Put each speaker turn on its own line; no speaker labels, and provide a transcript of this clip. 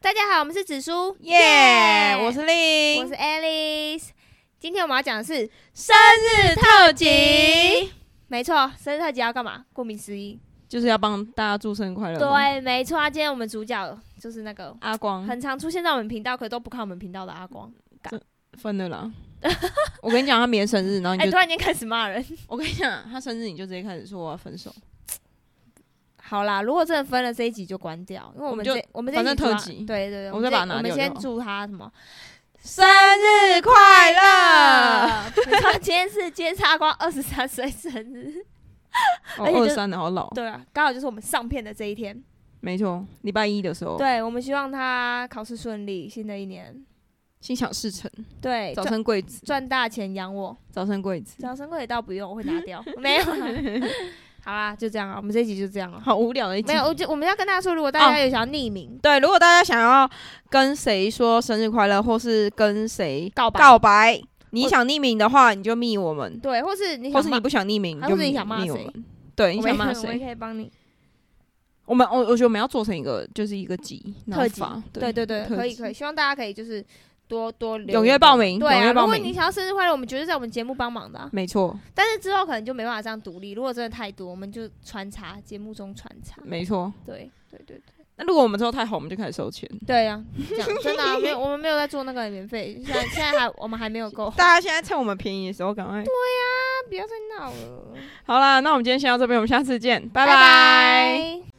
大家好，我们是紫苏，
耶、
耶
我是
我
令
是 Alice。今天我们要讲的是，
生日特
辑，没错，生日特辑要干嘛？顾名思义，
就是要帮大家祝生日快乐。，
对，没错啊。今天我们主角就是那个
阿光
很常出现在我们频道，可都不看我们频道的阿光。
分了 啦。我跟你讲，他明天生日，然后
哎、
你嗯就，
突然间开始骂人。
我跟你讲，他生日你就直接开始说我要分手。
好啦，如果真的分了这一集就关掉，因为我
我
们
们就
这我们这
反正
一集主要
特辑
对对对，
我们再把它
这
拿
我们
掉
先
就好
祝他什么
生日快乐！
没错，今天是今天是阿光二十三岁生日，
哦，
而且就
二三的好老，
对啊，刚好就是我们上片的这一天。
没错，礼拜一的时候，
对，我们希望他考试顺利，新的一年，
心想事成，
对，
早
赚
生贵子，
赚大钱养我，
早生贵子。
早生贵子倒不用，我会拿 掉，没有啦。好啦，就这样啊，我们这一集就这样了。
好无聊的一集哦
没。有，我就我们要跟大家说，如果大家有想要匿名、
对，如果大家想要跟谁说生日快乐，或是跟谁
告白
告白，你
或
想匿名的话，你就密我们；
对，或是你想
或是
骂
你不想匿名，
还
就是
你
密
想骂
密我
谁
们。对，你
我们
想骂
也我们
谁？
也可以帮你。
我们我我觉得我们要做成一个，就是一个集然后
特辑
发
对对对，可以可
以。
以，希望大家可以就是多多留言
踊跃报名
对
踊
啊，
跃报
如果
名
你想要生日快乐，我们绝对在我们节目帮忙的啊、
没错，
但是之后可能就没办法这样独立，如果真的太多，我们就穿插节目中穿插。
没错。
对对对对
那如果我们之后太红，我们就开始收钱。
对啊，这样真的、啊、没有，我们没有在做那个免费，现在现在还我们还没有够，
大家现在趁我们便宜的时候赶快。
不要再闹了，
好啦，那我们今天先到这边，我们下次见，拜
拜
拜。
拜